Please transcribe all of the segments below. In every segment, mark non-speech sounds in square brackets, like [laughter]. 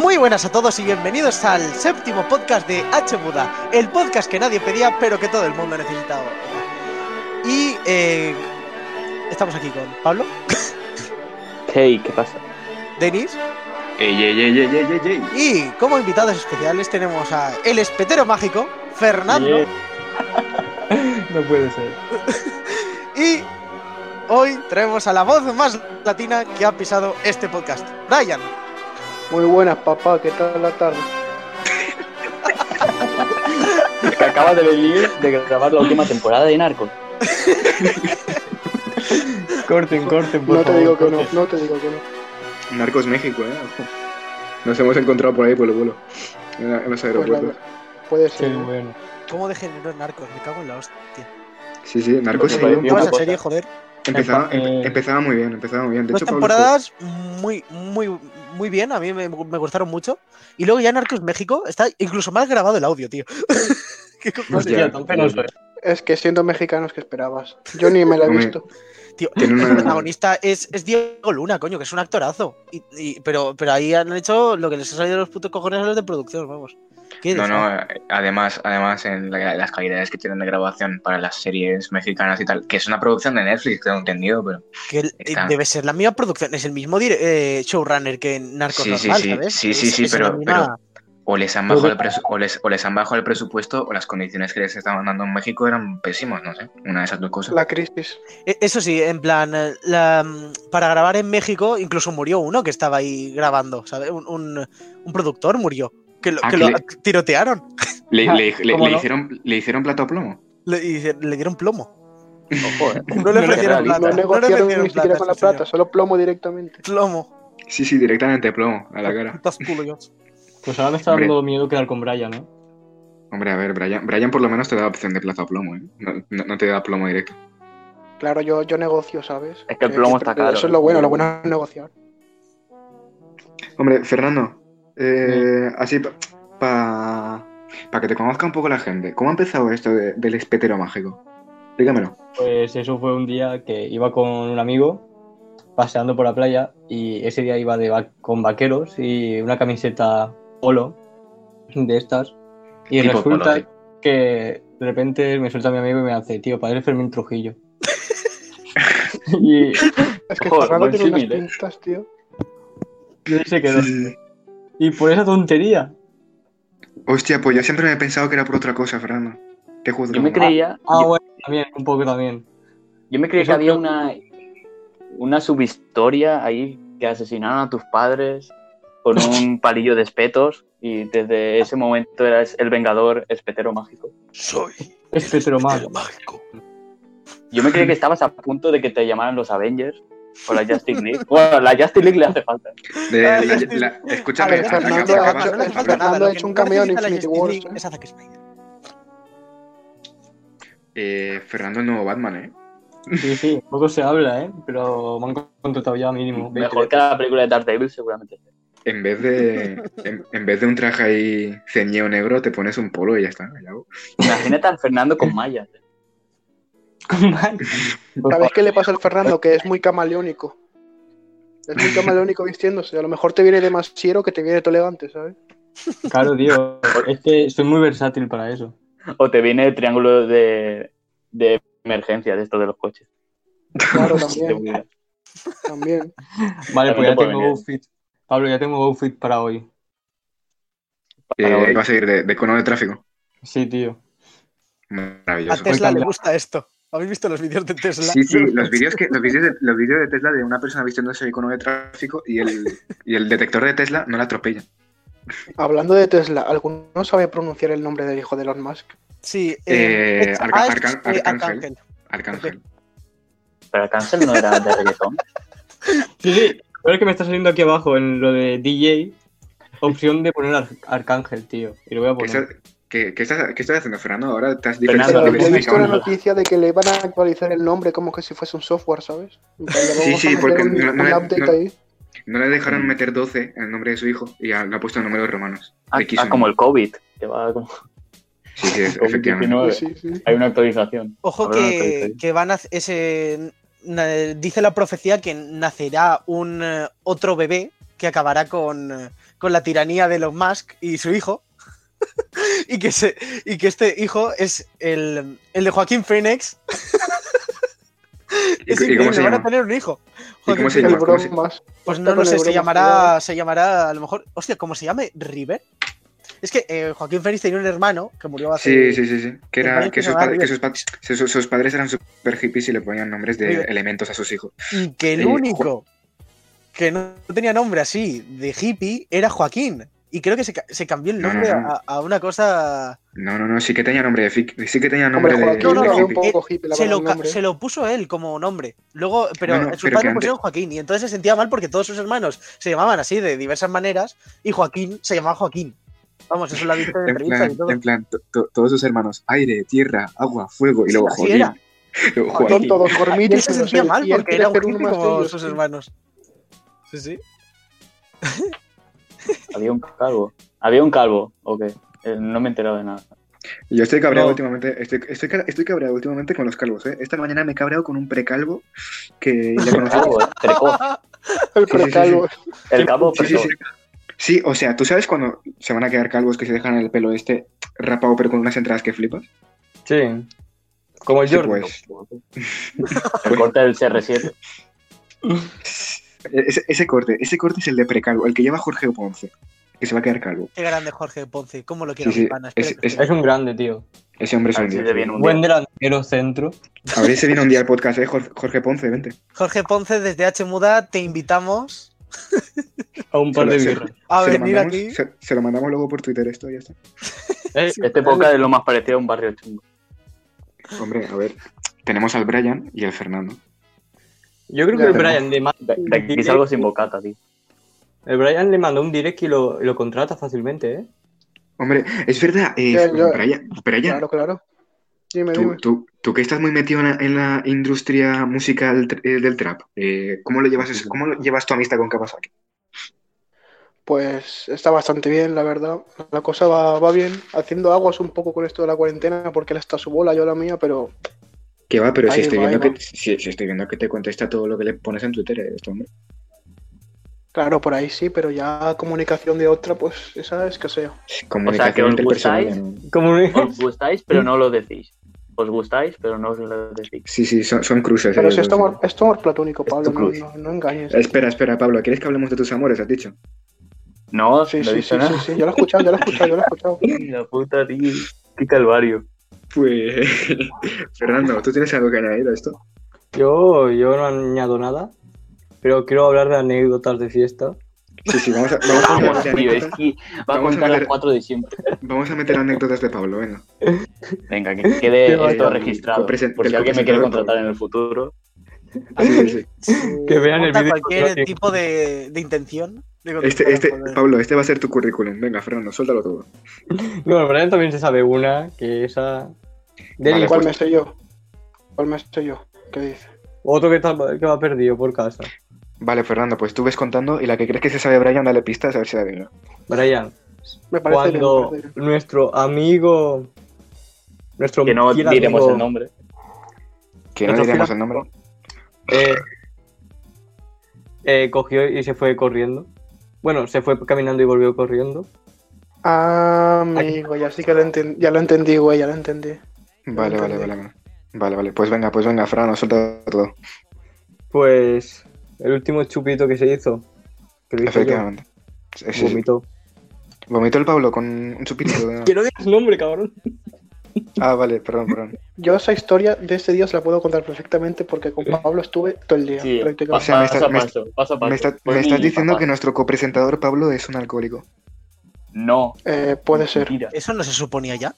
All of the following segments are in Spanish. Muy buenas a todos y bienvenidos al séptimo podcast de H Muda, el podcast que nadie pedía pero que todo el mundo necesitaba. Y eh, estamos aquí con Pablo, Hey, ¿qué pasa? Denis Ey, ey, ey, ey, ey, ey, ey. y como invitados especiales tenemos a el espetero mágico, [laughs] Fernando, No puede ser. y hoy traemos a la voz más latina que ha pisado este podcast, Brian. Muy buenas, papá, ¿qué tal la tarde? Que [laughs] acaba de venir de grabar la última temporada de Narcos. Corten, corten, por no te favor, digo que no, corten. no te digo que no. Narcos México, eh. ojo. Nos hemos encontrado por ahí por el vuelo. En, la- en los Pues la- aeropuertos. puede Qué ser. ¿no? bueno. ¿Cómo degeneró en narcos? Me cago en la hostia. Sí, sí, Narcos Me se dio un pareció poco- ¿Vas una en serio, cosa. joder? empezaba, em- Eh, empezaba muy bien, empezaba muy bien. De Dos hecho, Pablo- temporadas muy, muy, muy bien, a mí me, me gustaron mucho. Y luego ya Narcos México está incluso más grabado el audio, tío. [laughs] ¿Qué cojones? Hostia, Hostia, tan penoso, eh. Es que siendo mexicanos, ¿qué esperabas? Yo ni me la he Hombre. [laughs] visto. Tío, Tiene el una- protagonista es, es Diego Luna, coño, que es un actorazo. Y, y- pero, pero ahí han hecho lo que les ha salido de los putos cojones a los de producción, vamos. ¿Qué No, dices? no, eh, además, además en la- las calidades que tienen de grabación para las series mexicanas y tal, que es una producción de Netflix, tengo entendido, pero... Que el- eh, está. debe ser la misma producción, es el mismo dire- eh, showrunner que en Narcos Sí, sí, normal, sí. ¿sabes? Sí, sí, Es- sí, es la pero- misma- pero- O les, han Pues bajado de- el presu- o, les, o les han bajado el presupuesto o las condiciones que les estaban dando en México eran pésimas, no sé, una de esas dos cosas. La crisis. E- Eso sí, en plan, eh, la, mm, para grabar en México incluso murió uno que estaba ahí grabando, ¿sabes? Un, un- un productor murió, que lo, Ah, que que lo le- tirotearon Le, Ah, le- le- ¿cómo le no? hicieron, le hicieron plato a plomo. le, y se- le dieron plomo. Ojo, eh. [laughs] No le No le ofrecieron regalaron, plata. No le negociaron ofrecieron ni siquiera plata, con la sí, señor. plata, solo plomo directamente. Plomo. Sí, sí, directamente plomo, a la cara. Putos culos. Pues ahora me está Hombre. dando miedo quedar con Brian, ¿eh? Hombre, a ver, Brian, Brian por lo menos te da opción de plato a plomo, eh. No, no- no te da plomo directo. Claro, yo, yo negocio, ¿sabes? Es que el plomo está caro, Eso es eh. lo bueno, lo bueno es negociar. Hombre, Fernando, eh, así para que te conozca un poco la gente, ¿cómo ha empezado esto de- del espetero mágico? Dígamelo. Pues eso fue un día que iba con un amigo paseando por la playa y ese día iba de va- con vaqueros y una camiseta polo de estas. Y Tipo polo, resulta sí. que de repente me suelta mi amigo y me hace, tío, padre Fermín Trujillo. [laughs] y Es que Joder, Ferrado buen tiene unas símil, eh. pintas, tío. yo ahí se quedó. Sí, sí. Y por esa tontería. Hostia, pues yo siempre me he pensado que era por otra cosa, Fernando. Te juzgo. Yo me creía, Ah, yo, bueno, también, un poco también. yo me creía que Eso había creo- una, una subhistoria ahí que asesinaban a tus padres con un palillo de espetos y desde ese momento eras el vengador espetero mágico. Soy Es petromado. el mágico. Yo me creía que estabas a punto de que te llamaran los Avengers o la Justice League. Bueno, la Justice League le hace falta. De- Ah, Ay, la- Dios mío. la- escúchame, A ver, la- la- Fernando, ha la- acaba- hecho- no le acaba- falta nada. Fernando ha lo hecho que un no cameo en necesita la Infinity Justice Wars, League ¿eh? Es a Zack Snyder. eh, Fernando el nuevo Batman, ¿eh? Sí, sí, poco se habla, ¿eh? Pero me han contratado ya mínimo. Mejor que la película de Daredevil, seguramente. En vez de, en, en vez de un traje ahí ceñido negro, te pones un polo y ya está. ya hago. Imagínate al Fernando con mayas. ¿Sabes qué le pasa al Fernando? Que es muy camaleónico. Es muy camaleónico vistiéndose. A lo mejor te viene demasiado que te viene todo elegante, ¿sabes? Claro, tío. Es que soy muy versátil para eso. O te viene el triángulo de, de emergencia de esto de los coches. [laughs] Claro, De también, unidad. también. Vale, También pues te ya puede tengo venir. outfit. Pablo, ya tengo outfit para hoy. Para Eh, hoy. va a seguir de, de cono de tráfico. Sí, tío. A Maravilloso. Tesla le cambiado. gusta esto. ¿Habéis visto los vídeos de Tesla? Sí, sí, los vídeos que los vídeos de, los vídeos de Tesla de una persona vistiéndose de cono de tráfico y el, y el detector de Tesla no la atropella. Hablando de Tesla, ¿alguno sabe pronunciar el nombre del hijo de Elon Musk? Sí, Eh, es Arca- Ash, Arca- eh, Arcángel. Arcángel. Pero Arcángel no era de reggaetón. Sí, sí. Ahora que me está saliendo aquí abajo en lo de DJ, opción de poner Ar- Arcángel, tío. Y lo voy a ¿Qué, poner. estás- qué- qué estás, ¿Qué estás haciendo, Fernando? Ahora estás Fernando, Pero diferenciando. lo que yo he se me visto una acaba de- noticia de que le van a actualizar el nombre como que si fuese un software, ¿sabes? En plan, le vamos sí, a meter porque un, no- no un le- update no- ahí. No le Mm. dejaron meter 12 en el nombre de su hijo y ha- le ha puesto números romanos. Ah, X1. ah, como el COVID. Que va como [laughs] Sí, sí, efectivamente. COVID-19. Sí, sí. Hay una actualización. Ojo Habrá una que, actualización. que van a hacer ese na- dice la profecía que nacerá un eh, otro bebé que acabará con, eh, con la tiranía de los Musk y su hijo. [laughs] y, que se, y que este hijo es el, el de Joaquín Phoenix. ¿Y, es y cómo increíble, se van a llama? tener un hijo. ¿Y cómo se El llama? ¿Cómo se- bromas. Pues Está no lo con sé, el se Bromas llamará, cuidado. se llamará a lo mejor, hostia, ¿cómo se llame? ¿River? Es que eh, Joaquín Phoenix tenía un hermano que murió hace... Sí, sí, sí, sí. Que, me era, parece que, que sus, se va pa- bien. que sus pa- que sus- sus padres eran super hippies y le ponían nombres de Mira. elementos a sus hijos. Y que el Eh, único que no tenía nombre así de hippie era Joaquín. Y creo que se, ca- se cambió el No, no, nombre no. a, a una cosa... No, no, no, sí que tenía nombre de fic- sí que tenía nombre Hombre, de, Joaquín No, no, lo no. veo un hippie. poco hippie, la Se verdad, lo, el ca- nombre. se lo puso él como nombre. Luego, pero No, no, sus pero que padres antes- pusieron Joaquín y entonces se sentía mal porque todos sus hermanos se llamaban así de diversas maneras y Joaquín se llamaba Joaquín. Vamos, eso lo ha visto en [laughs] En entrevistas plan, y todo. en plan, to- to- todos sus hermanos, aire, tierra, agua, fuego, y Sí, luego así Joaquín. era. [laughs] Joaquín. Luego Joaquín. Son [laughs] todos Y él gormitos. se pero sentía sí, mal y él porque quiere era ser un uno hippie más de como ellos, sus sí. [laughs] hermanos. Sí, sí. Había un calvo. Había un calvo, ok. Eh, No me he enterado de nada. Yo estoy cabreado No. últimamente, estoy, estoy, ca- estoy cabreado últimamente con los calvos, ¿eh? Esta mañana me he cabreado con un precalvo que [laughs] le conocí. Calvo, eh, precoz. Oh. El Sí, sí, sí, sí. precalvo. El calvo Sí, sí, precoz. sí. Sí, o sea, ¿tú sabes cuando se van a quedar calvos que se dejan el pelo este rapado pero con unas entradas que flipas? Sí. Como el Sí, Jordan. pues. El corte del CR7. pues. e-, Ese, ese corte, ese corte es el de precalvo, el que lleva Jorge Ponce, que se va a quedar calvo. Qué grande Jorge Ponce, cómo lo quiero, Sí, sí, pana, es- espero que es- sí. Es un grande, tío. Ese hombre es A un ver si dios. te viene un Buen día. delantero centro. A ver si viene un día el podcast, ¿eh? Jorge, Jorge Ponce, vente. Jorge Ponce, desde H Muda, te invitamos A un par de Sí, sí. birras. a se, lo venir mandamos, aquí. se- se lo mandamos luego por Twitter esto y ya está. Eh, Este podcast es lo más parecido a un barrio chungo. Hombre, a ver, tenemos al Brian y al Fernando. Yo creo que Ya, el pero- Brian, de ma- De, de aquí salgo sin bocata, tío. el Brian le mandó un direct y lo, y lo contrata fácilmente, ¿eh? Hombre, es verdad, eh, Ya, ya. Brian, Brian, Claro, claro. Dime, tú, dime. tú- tú que estás muy metido en la, en la industria musical tr- eh, del trap, eh, ¿cómo, lo llevas, eso- ¿cómo lo llevas tu amistad con Kawasaki? Pues está bastante bien, la verdad. La cosa va, va bien. Haciendo aguas un poco con esto de la cuarentena, porque él está a su bola, yo a la mía, pero Que va, pero Ahí si estoy, va, ahí viendo va. que, si, si estoy viendo que te contesta todo lo que le pones en Twitter, eh, este hombre. claro, por ahí sí, pero ya comunicación de otra, pues esa es que sea. Comunicación os interpersonal. gustáis. ¿no? Como un- Os gustáis, pero no lo decís. Os gustáis, pero no os lo decís. Sí, sí, son, son cruces. Pero ellos si es tu dos, amor, es tu amor platónico, Es Pablo, tu no, cruz. no- no engañes. eh. Espera, espera, Pablo, ¿quieres que hablemos de tus amores? Has dicho. No, Sí, no he dicho sí, sí, sí, nada. sí, yo lo he escuchado, yo lo he escuchado, yo lo he [laughs] escuchado. La puta, tío. Qué calvario. Pues. [laughs] Fernando, ¿tú tienes algo que añadir a esto? Yo, yo no añado nada, pero quiero hablar de anécdotas de fiesta. Sí, sí, vamos a, vamos Ah, a Vamos, meter tío, es anécdotas- que va a Vamos a contar las ver. 4 de siempre. vamos a meter anécdotas de [laughs] Pablo, venga. Venga, que quede Qué esto vaya. registrado. Por Copresen- si del alguien me quiere copresentador, contratar Pablo. en el futuro. Sí, sí, sí. Que vean el Monta vídeo. cualquier tipo de, de intención. de Este, contestar este, por- Pablo, este va a ser tu currículum. Venga, Fernando, suéltalo todo. No, el Brian también se sabe una, que esa... Del Vale, igual- ¿Cuál me sé yo? ¿Cuál me sé yo? ¿Qué dice? Otro que, está- que va perdido por casa. Vale, Fernando, pues tú ves contando y la que crees que se sabe Brian, dale pistas a ver si la adivina. Brian, Me parece bien, me cuando parece bien. nuestro amigo... Nuestro Que no fiel diremos amigo, el nombre. Que no Otro diremos fila. el nombre. eh, eh, cogió y se fue corriendo. Bueno, se fue caminando y volvió corriendo. Ah, amigo, ya sí que lo enten- ya lo entendí, güey, ya lo entendí. Vale, vale, entendí. vale, vale. Vale, vale. Pues venga, pues venga, Fernando, suelta todo. Pues el último chupito que se hizo, que lo hice yo, Efectivamente. Eh, Sí, sí, sí. vomitó. Vomitó el Pablo con un chupito. de- Que no digas nombre, cabrón. Ah, vale, perdón, perdón. Yo esa historia de ese día os la puedo contar perfectamente porque con Pablo estuve todo el día, Sí, pa- O prácticamente. sea, me paso a estás- me- paso, paso a paso. Me, está- Fue me mi estás diciendo Pues papá. que nuestro copresentador Pablo es un alcohólico. No. Eh, puede ser. Mentira. Eso no se suponía ya.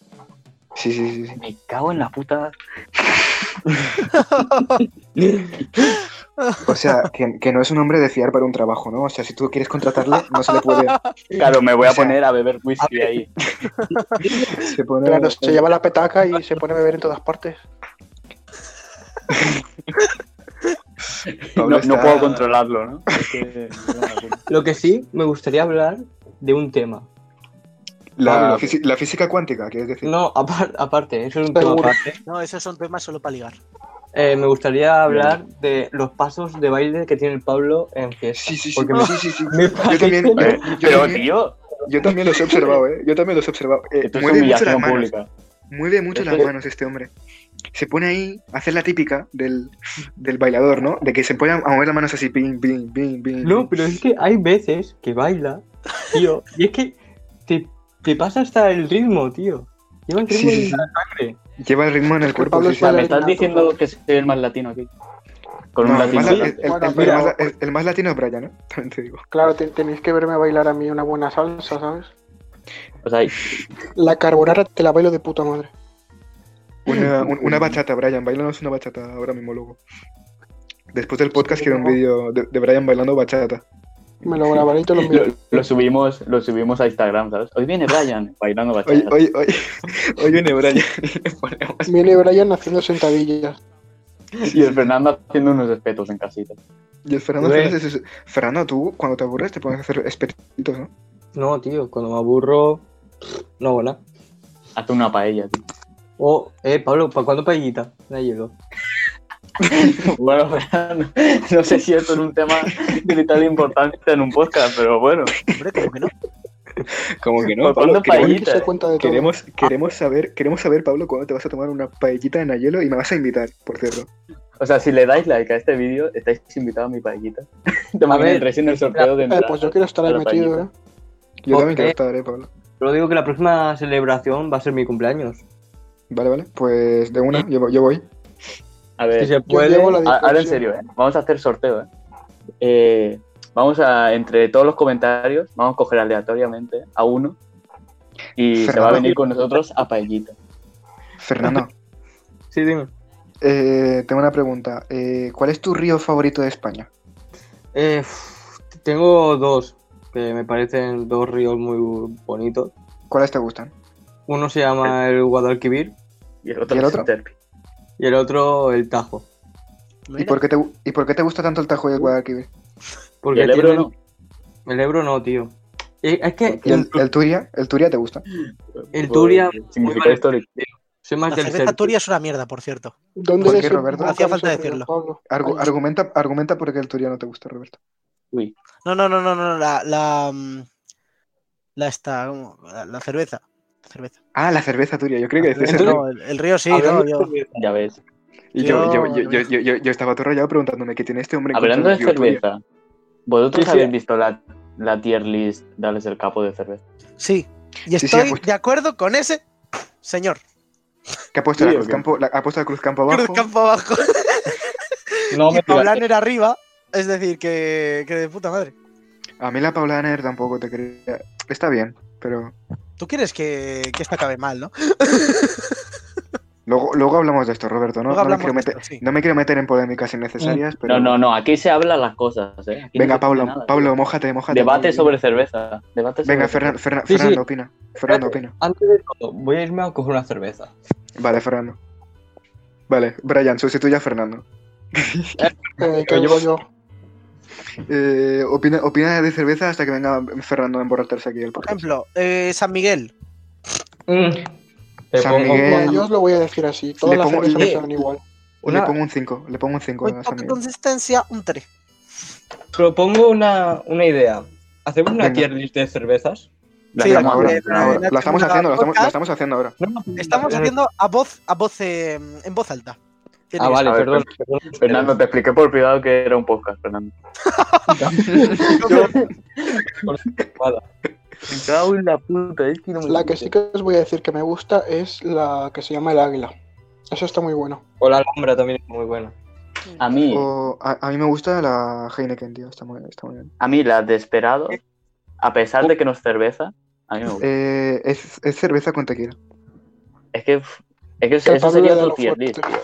Sí, sí, sí. sí. Me cago en la puta. O sea, que, que no es un hombre de fiar para un trabajo, ¿no? O sea, si tú quieres contratarle, no se le puede. Claro, me voy O a sea- poner a beber whisky ahí. Se pone- Claro, se lleva la petaca y se pone a beber en todas partes. Pablo No, no está- puedo controlarlo, ¿no? Es que- Lo que sí, me gustaría hablar de un tema. La, Pablo. fisi- la física cuántica, quieres decir. No, apar- aparte, eso es un tema Seguro. aparte. No, esos son temas solo para ligar. eh, me gustaría hablar de los pasos de baile que tiene el Pablo en fiesta. Sí, sí, sí. Porque me- sí, sí, sí. me Yo también, parece- eh, yo, Pero, también- tío, yo también los he observado, ¿eh? Yo también los he observado. Eh, esto es mueve mucho las humillación manos. pública. Mueve mucho las Esto- manos este hombre. Se pone ahí a hacer la típica del, del bailador, ¿no? De que se pone a mover las manos así, ping, ping, ping, ping. No, pero es que hay veces que baila, tío, y es que te, te pasa hasta el ritmo, tío. Lleva el Sí, ritmo sí, en sí. la sangre. Lleva el ritmo en el cuerpo. Pablo sí, O sí. sea, me Vale, estás no, diciendo total. que soy el más latino aquí. Con No, un el, más, latino. la- el- el- el Mira. más- el- el más latino es Brian, ¿eh? [laughs] También te digo. Claro, te- tenéis que verme bailar a mí una buena salsa, ¿sabes? O sea, La carbonara te la bailo de puta madre. Una, un- una bachata, Brian, bailanos una bachata ahora mismo, luego. Después del podcast quiero un vídeo de, de Brian bailando bachata. Me lo grabaré y te lo [laughs] lo, envío. lo subimos, lo subimos a Instagram, ¿sabes? Hoy viene Brian [laughs] bailando Hoy, bachata. hoy, [laughs] hoy, hoy viene Brian y le ponemos- Viene Brian haciendo sentadillas. Y el Fernando haciendo unos espetos en casita. Y el Fernando Güey. Fernández es- Fernando, tú cuando te aburres te pones a hacer espetitos, ¿no? No, tío, cuando me aburro, no hago nada. Hace una paella, tío. [laughs] O, eh, Pablo, ¿para cuándo paellita? Me llegó. Bueno, Fernando, [laughs] no sé si esto es un tema de vital importancia en un podcast, pero bueno. Hombre, como [laughs] que no. Como que ¿Por cuándo queremos, paellita? Él se cuenta de todo. queremos, queremos saber, queremos saber, Pablo, cuándo te vas a tomar una paellita en hielo y me vas a invitar, por cierto. O sea, si le dais like a este vídeo, estáis invitados a mi paellita. [laughs] Te mandaré ver. recién el sorteo de Eh, entrada. pues yo quiero estar ahí Para metido, ¿eh? paellita. Yo también Ok. quiero estar, eh, Pablo. Pero digo que la próxima celebración va a ser mi cumpleaños. Vale, vale. Pues de una, yo, yo voy. A Si ver, se Yo puede, llevo la- a- ahora en serio, ¿eh? Vamos a hacer sorteo, ¿eh? Eh, Vamos a, entre todos los comentarios, vamos a coger aleatoriamente a uno y se va a venir con nosotros a paellita. Fernando, sí, dime. eh, tengo una pregunta. Eh, ¿Cuál es tu río favorito de España? Eh, uf, tengo dos que me parecen dos ríos muy bonitos. ¿Cuáles te gustan? Uno se llama Eh. el Guadalquivir Y el otro, ¿Y el es otro? Interpi. y el otro el Tajo. ¿Y Mira, por, qué te, gu- ¿Y por qué te gusta tanto el Tajo y el Guadalquivir? Y Porque el Ebro tienen- no. El Ebro no, tío. Eh, Es que ¿Y el, el Turia? ¿El Turia te gusta? El Turia, Por el significado muy mal. histórico. soy más La del cerveza ser. Turia es una mierda, por cierto. ¿Dónde ¿Por eres qué, el- Roberto? cuál Hacía es falta el río, decirlo. Pablo? Argu- Ay, argumenta, argumenta por qué el Turia no te gusta, Roberto. Uy, No, no, no, no, no, la. La, mm, la esta. ¿cómo? La, la cerveza. La cerveza. Ah, la cerveza Turia. Yo creo que decías Este el No, el, el río sí, Hablando no, de yo. cerveza, ya ves. Y yo, yo, Yo- yo, yo, yo, yo, yo estaba todo rayado preguntándome qué tiene este hombre en Hablando de contra del Turia. cerveza, ¿vosotros Sí, sí. habéis visto la, la tier list Dales el capo de cerveza? Sí. Y Sí, sí, estoy pues- de acuerdo con ese señor. Que ha puesto Sí, ¿o la Cruz qué? Campo, la- ha puesto la Cruz Campo Cruz abajo. Campo abajo. No y me Paulán era arriba. Es decir, que, que de puta madre. A mí la Paula Ner tampoco te creía. Está bien, pero Tú quieres que, que esto acabe mal, ¿no? luego, luego hablamos de esto, Roberto. No, Luego No me, hablamos quiero de meter, esto, sí. no me quiero meter en polémicas innecesarias, pero. Mm. No, no, no, aquí se hablan las cosas. ¿eh? Aquí no Venga, se Pablo, dice nada. Pablo, mójate, mójate. Debate sobre cerveza. Debate sobre Venga, cerveza. Fernan- Fernan- Sí, sí. Fernando, opina. Fernando, Eh, opina. Antes de todo, voy a irme a coger una cerveza. Vale, Fernando. Vale, Brian, sustituye a Fernando. eh, ¿qué Yo llevo- hago yo? Eh, opina, opina de cerveza hasta que venga Fernando a emborracharse aquí el Por podcast. ejemplo, eh, San Miguel. Mm. Te San pongo Miguel. Bueno, yo os lo voy a decir así. Todas Le las pongo- cervezas me le- saben igual. Le una- pongo un 5, le pongo un 5 Muy a San poca Miguel. consistencia, un 3. Propongo una, una idea. ¿Hacemos una Venga. tier list de cervezas? La Sí, llamo la- ahora. eh, Ahora, La estamos haciendo, la estamos, la estamos haciendo ahora. Estamos Eh, haciendo a voz, a voz eh, en voz alta. Tiene Ah, que vale, A ver, perdón. perdón. Fernando, te expliqué por privado que era un podcast, Fernando. Me cago en la puta, es que no me La que sí que os voy a decir que me gusta es la que se llama el águila. Eso está muy bueno. O la alhambra también es muy buena. A mí, O- a, a mí me gusta la Heineken, tío. Está muy, está muy bien. a mí, la de esperado, a pesar de que no es cerveza, a mí me gusta. Eh, es, es cerveza con tequila. Es que, pf, es que Que eso Pablo sería le da tu lo tier fuerte. list, tío.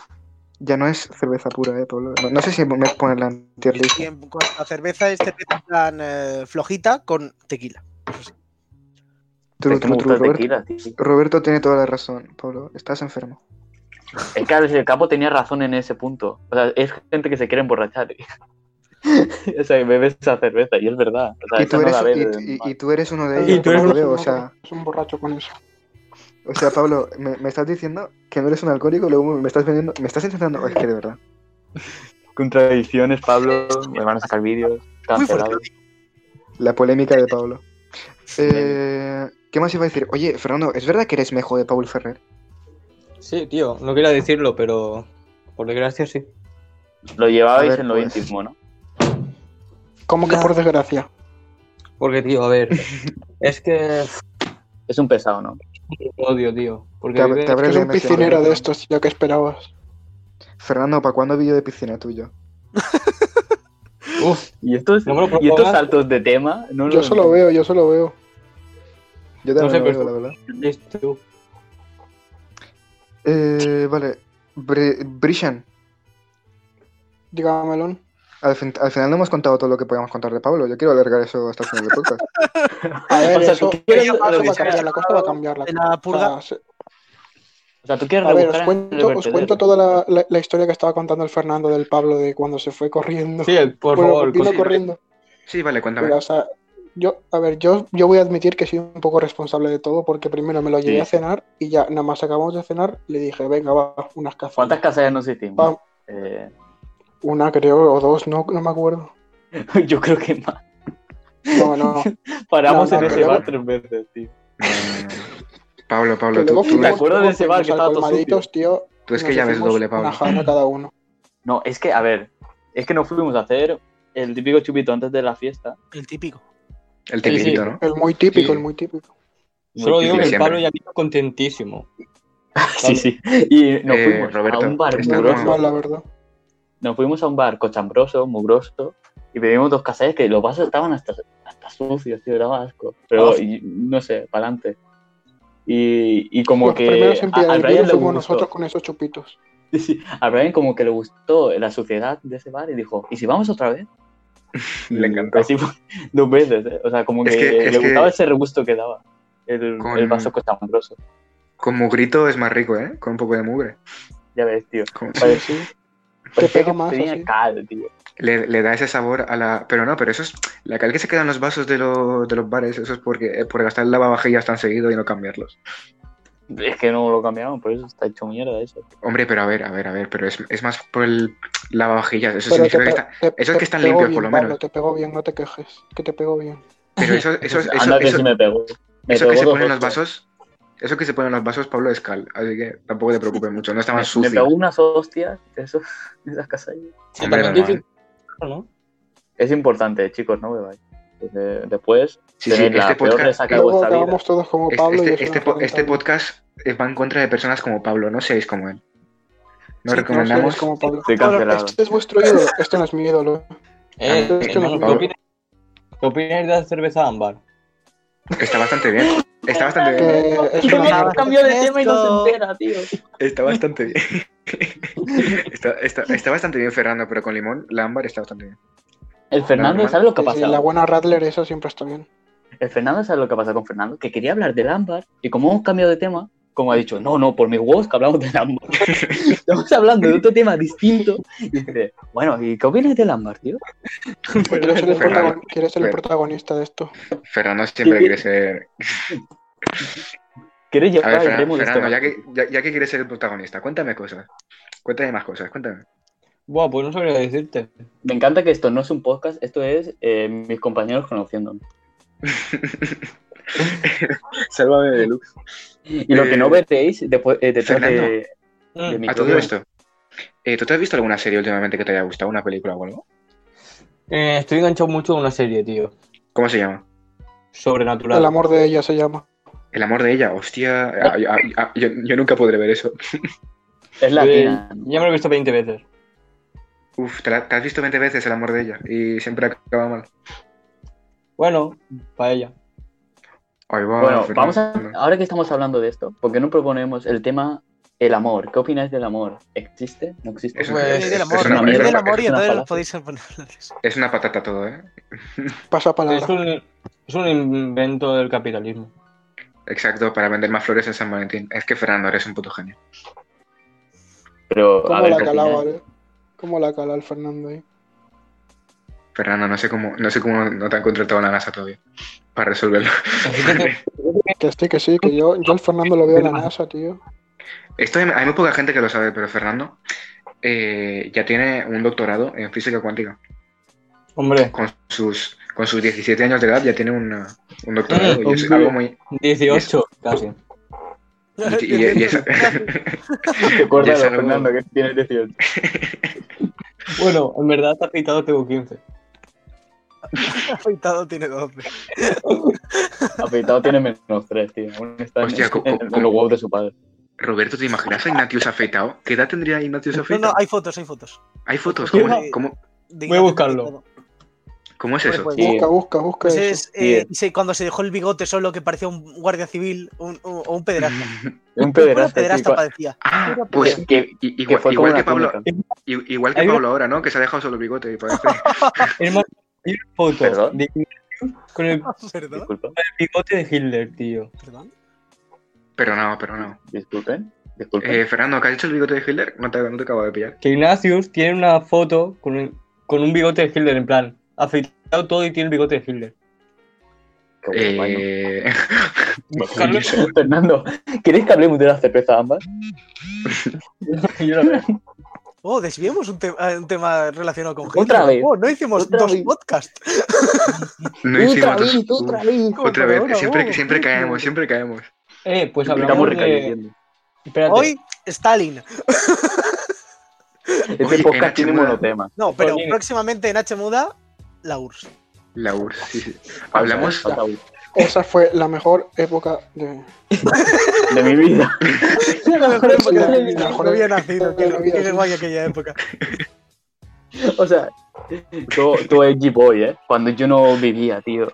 Ya no es cerveza pura, eh, Pablo. No, no sé si me ponen la en tier list. Y en cuanto a cerveza, es cerveza en plan eh, flojita con tequila. Tru, es que me tru, gusta tru, el Roberto. tequila, tío. Roberto tiene toda la razón, Pablo. Estás enfermo. Es que Alex el Capo tenía razón en ese punto. O sea, es gente que se quiere emborrachar. [laughs] o sea, bebe esa cerveza, y es verdad. O sea, Y esa tú, no eres, la bebe. y- y- y tú eres uno de Y ellos. tú eres no lo un, veo, o sea, es un borracho con eso. O sea, Pablo, me, me estás diciendo que no eres un alcohólico, luego me estás vendiendo, me estás intentando, es que de verdad. Contradicciones, Pablo. Me van a sacar vídeos. Muy fuerte. Cancelados. La polémica [laughs] de Pablo. Eh, ¿Qué más iba a decir? Oye, Fernando, ¿es verdad que eres mejo de Paul Ferrer? Sí, tío, no quería decirlo, pero por desgracia sí. Lo llevabais A ver, en lo pues. íntimo, ¿no? Como que por desgracia. Porque, tío, [laughs] a ver, es que Es un pesado, ¿no? odio, tío. Porque Te ab- vive- te abre- Pero Es le un metí a piscinero Roberto. de estos, ya que esperabas. Fernando, ¿para cuándo vídeo de piscina tuyo? Uf, Y estos, No me lo y estos propongas. saltos de tema. No Yo los- solo veo, yo solo veo. Yo No también sé, lo pero- veo, la verdad. listo, tú. Eh, vale, Bri- Brishan, Dígamelo. al, fin- al final no hemos contado todo lo que podíamos contar de Pablo. Yo quiero alargar eso hasta el final del [laughs] podcast. A ver, O sea, eso, tú quieres eso lo que va a se ha cambiar, la cosa va a cambiar. La, de la purga. o sea, O sea, tú quieres Ah, a ver, os rebuscar en el cuento, os vertedero. cuento toda la, la- la historia que estaba contando el Fernando del Pablo de cuando se fue corriendo. Sí, por Bueno, favor, vino con- corriendo. Sí, vale, cuéntame. Mira, o sea, yo, a ver, yo, yo voy a admitir que soy un poco responsable de todo porque primero me lo llevé Sí. a cenar y ya nada más acabamos de cenar le dije, venga, va, unas ¿Cuántas cazuelas. casillas nos hicimos? Pam. Eh, [laughs] Una creo o dos, no, no me acuerdo. yo creo que más. No, [laughs] no. Paramos No, no, en ese pero- bar tres veces, tío. No, Eh, no, no. Pablo, Pablo, Que tú, luego tú- fuimos- acuerdas de luego ese bar fuimos que al estaba todo Colmaditos, tío, tú es que nos ya ves hicimos doble, Pablo. Una jarra cada uno. No, es que, a ver, es que nos fuimos a hacer el típico chupito antes de la fiesta. El típico. El tequilito, sí. ¿no? El muy típico, Sí. el muy típico. Solo digo que el siempre. Pablo ya vino contentísimo. Sí, sí. Y nos Eh, fuimos Roberto, a un bar está Muy Claro. mugroso. mal, la verdad. Nos fuimos a un bar cochambroso, mugroso, y pedimos dos casallas que los vasos estaban hasta, hasta sucios, tío, era asco. Pero, Ah. y- no sé, para adelante. Y, y como Los que primeros en a, pillar a el Brian virus le fuimos gustó, nosotros con esos chupitos. Sí, sí. a Brian como que le gustó la suciedad de ese bar y dijo, ¿y si vamos otra vez? Le encantó. Así fue, [laughs] dos veces, ¿eh? o sea, como que, Es que- le es que- gustaba ese regusto que daba, el, Con- el vaso cochambroso. Con mugrito es más rico, ¿eh? Con un poco de mugre. Ya ves, tío. Con- Pare- Sí, parecía pega que más, tenía así. cal, tío. Le, le da ese sabor a la... Pero no, pero eso es... La cal que se queda en los vasos de, lo- de los bares, eso es porque eh, por gastar el lavavajillas tan seguido y no cambiarlos. Es que no lo cambiaron, por eso está hecho mierda eso. Hombre, pero a ver, a ver, a ver, pero es, es más por el lavavajillas. Eso Pero significa te que pe- está... te- esos te que están pegó limpios, bien, por lo Pablo, menos. Te pegó bien, no te quejes, que te pegó bien. [laughs] Pero eso, Pues eso, eso, Anda Ah, que eso- sí me pegó. Me eso que pegó se dos pone en los hostias. vasos... Eso que se pone en los vasos, Pablo, es cal. Así que tampoco te preocupes mucho. No está más Me, me sucio. pegó unas hostias de, esos, [laughs] de esas casallas. Hombre, También normal. ¿no? Es importante, chicos, no bebáis. Porque después Sí, sí, tenéis la este peor podcast... resaca de Luego vuestra vida. acabamos todos como Este- Pablo y es Este, una este po- afrenta. este podcast eh, va en contra de personas como Pablo, no seáis como él. No Sí, no recomendamos. seas como Pablo. Estoy cancelado. Este es vuestro ídolo, este no es mi [laughs] ídolo. Eh, Ah, es que hermano, no- ¿qué opinas- ¿Qué opinas de la cerveza ámbar? Está bastante bien. Está bastante bien. Este Que Eh, es una mierda. cambió de tema y no se entera. Está bastante bien. [laughs] está, está- está bastante bien Fernando, pero con limón, la ámbar está bastante bien. El Fernando, Normal. ¿sabes lo que ha Sí, sí, La pasado? buena Rattler esa siempre [laughs] está bien. El Fernando, ¿sabes lo que ha pasado con Fernando? Que quería hablar del ámbar y como hemos cambiado de tema, como ha dicho, no, no, por mis huevos que hablamos del [laughs] ámbar. Estamos hablando de otro tema distinto. Y dice, bueno, ¿y qué opinas del ámbar, tío? Quieres Este ser el, Fernando, protagon- quiere ser el Fer- protagonista de esto. Fernando siempre quiere ser. ¿Quieres A llevar ver, el Fernan- remo de Fernando, este ya barco? que, ya, ya que quieres ser el protagonista, cuéntame cosas. Cuéntame más [laughs] cosas, cuéntame. Buah, pues no sabría decirte. Me encanta que esto no es un podcast, esto es eh, mis compañeros conociéndome. Sálvame [laughs] de luz. Y lo que no veréis después, eh, detrás de, Fernando. Mm, de mi A todo programa. esto. eh, ¿Tú te has visto alguna serie últimamente que te haya gustado? ¿Una película o algo? eh, estoy enganchado mucho a una serie, tío. ¿Cómo se llama? Sobrenatural. El amor de ella se llama. El amor de ella, hostia. ah, ah, ah, yo, yo nunca podré ver eso. Es Eh, latina. Ah, ya me lo he visto 20 veces. Uf, te, la- te has visto 20 veces el amor de ella y siempre acaba mal. Bueno, para ella. Ahí va, Bueno, Fernando. vamos a. Ahora que estamos hablando de esto, ¿por qué no proponemos el tema el amor? ¿Qué opináis del amor? ¿Existe? ¿No existe? Eso Pues, es- es del es amor, una es del mierda, amor y es una entonces falacia. podéis hablarles. [laughs] Es una patata todo, ¿eh? Pasa palabra. Este Es un, es un invento del capitalismo. Exacto, para vender más flores en San Valentín. Es que Fernando, eres un puto genio. Pero, a ¿Cómo ver, la ¿qué calaba, opináis? eh? ¿Cómo la cala el Fernando ahí? Fernando, no sé cómo, no sé cómo no te han contratado a la NASA todavía. Para resolverlo. Así que te- Que sí, que sí, que yo, yo al Fernando lo veo en la NASA, tío. Esto hay, hay muy poca gente que lo sabe, pero Fernando eh, ya tiene un doctorado en física cuántica. Hombre, Con sus, con sus 17 años de edad ya tiene un, eh, un doctorado. y es algo muy. 18 casi. Y, y- y es- Recuérdalo, Ya se lo- Fernando, que tienes 18. Bueno, en verdad, afeitado tengo 15. Afeitado tiene 12. Afeitado tiene menos 3, tío. Aún está en- Hostia, co- co- en, en los huevos de su padre. Roberto, ¿te imaginas a Ignatius afeitado? ¿Qué edad tendría Ignatius No, afeitado? no, hay fotos, hay fotos. Hay fotos. Yo ¿Cómo, no- cómo- De Voy a buscarlo. cómo es Pues, eso? pues, Sí. Busca, busca, busca. Pues eso. es eh, Bien. sí, cuando se dejó el bigote solo que parecía un guardia civil un- un- o un pederasta. Un Pura pederasta. pederasta tío, parecía. ah, Pura pues que- que- i- que igual, fue como igual que una Pablo, túnica. i- igual que Hay una- Pablo ahora, ¿no? Que se ha dejado solo el bigote. [laughs] Y parece... Hermano, hay una foto ¿Perdón? de con el ¿Perdón? Disculpa, bigote de Hitler, tío. ¿Perdón? Pero no, pero no. disculpen. Disculpen. Eh, Fernando, ¿qué has hecho el bigote de Hitler? No te, no te acabo de pillar. Que Ignatius tiene una foto con un, con un bigote de Hitler, en plan, afeitado todo y tiene el bigote de Hitler. Qué guay, mano. Eh, [laughs] Carlos- [laughs] Fernando, ¿queréis que hablemos de la cerveza [laughs] ambas? Y yo la veo. Oh, desviemos un, te- ah, un tema relacionado con Hitler. Otra vez. Oh, no hicimos Otra dos vez. podcasts. no hicimos vez, dos- otra vez. Otra Pero ahora, vez, siempre, oh, siempre caemos, siempre caemos. Eh, pues Estamos hablamos de... recayendo. Espérate, Hoy, Stalin. Oye, Este en podcast tiene H-Muda- monotema. No, pero Jolín. próximamente en H Muda, la URSS. La URSS, sí, sí. Hablamos Falta uno. Esa fue la mejor época de. de mi vida. La mejor época de mi la vida. mejor No había época nacido, de tío. mi vida, Qué sí. guay aquella época. O sea, tú, tú eres G-Boy, ¿eh? Cuando yo no vivía, tío.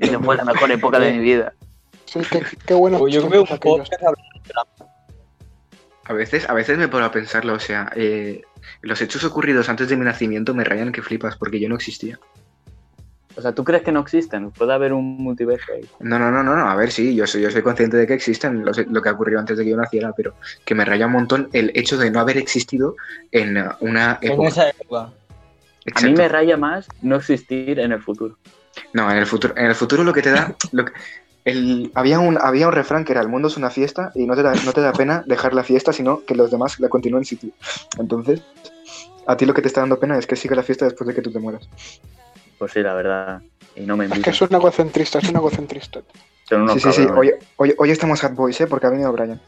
Esa fue la mejor época de mi vida. Sí, qué, qué buena. o pues yo veo un aquellos. podcast hablando a veces, a veces me pongo a pensarlo, o sea, eh, los hechos ocurridos antes de mi nacimiento me rayan que flipas, porque yo no existía. O sea, ¿tú crees que no existen? Puede haber un multiverso ahí. No, no, no, no, no. A ver, sí, yo soy, yo soy consciente de que existen los- lo que ha ocurrido antes de que yo naciera, pero que me raya un montón el hecho de no haber existido en eh, una en época. esa época. A mí Exacto. me raya más no existir en el futuro. No, en el futuro, en el futuro lo que te [laughs] da. lo que- el- había, un, había un refrán que era: el mundo es una fiesta y no te, da, no te da pena dejar la fiesta, sino que los demás la continúen sin ti. Entonces, a ti lo que te está dando pena es que siga la fiesta después de que tú te mueras. Pues sí, la verdad. Y no me Es que invitan. es un egocentrista, es un egocentrista. Son unos sí, sí, sí. cabrones. Hoy, hoy, hoy estamos Hot Boys, ¿eh? Porque ha venido Brian.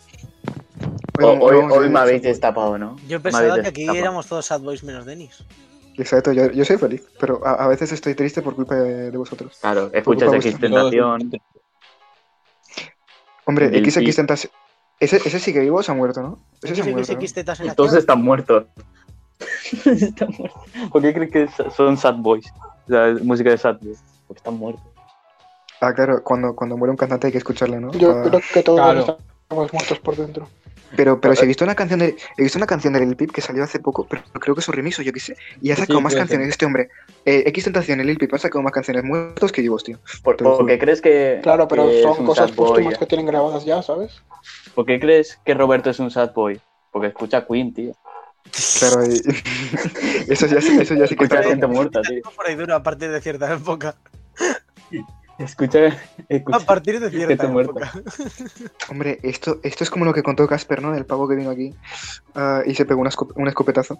Hoy, hoy, vamos a hoy ver- me habéis destapado, ¿no? Yo Me pensaba habéis que aquí destapado. éramos todos sad boys menos Denis. Exacto, yo, yo soy feliz, pero a, a veces estoy triste por culpa de, de vosotros. Claro, escuchas Por X supuesto. Tentación. Hombre, Del XX pi- Tentación. Ese, ese sigue vivo o se ha muerto, ¿no? Ese se ha muerto. ¿no? XXX tetas en la Todos cara. están muertos. están muertos. ¿Por qué crees que so- son sad boys? La música de sad boys. Porque están muertos. Ah, claro, cuando, cuando muere un cantante hay que escucharlo, ¿no? Yo Pa- Ah, creo que todos Claro. estamos muertos por dentro. Pero, pero si he visto una canción de, he visto una canción de Lil Peep que salió hace poco, pero creo que es un remix o yo qué sé, y ha sacado Sí, más puede canciones este hombre. Eh, X Tentación, el Lil Peep ha sacado más canciones muertos que vivos, tío. ¿Por, Te lo por qué crees que.? Claro, pero que es son un cosas sad boy? póstumas que tienen grabadas ya, ¿sabes? ¿Por qué crees que Roberto es un sad boy? Porque escucha Queen, tío. Claro, y- [laughs] eso ya, sí- eso ya sí que Escucha está gente como- muerta, tío. Algo por ahí duro a partir de cierta época. Escucha. escucha. A partir de Gente cierta muerta. época. Hombre, esto, esto es como lo que contó Casper, ¿no? Del pavo que vino aquí ah, y se pegó una escu- un escopetazo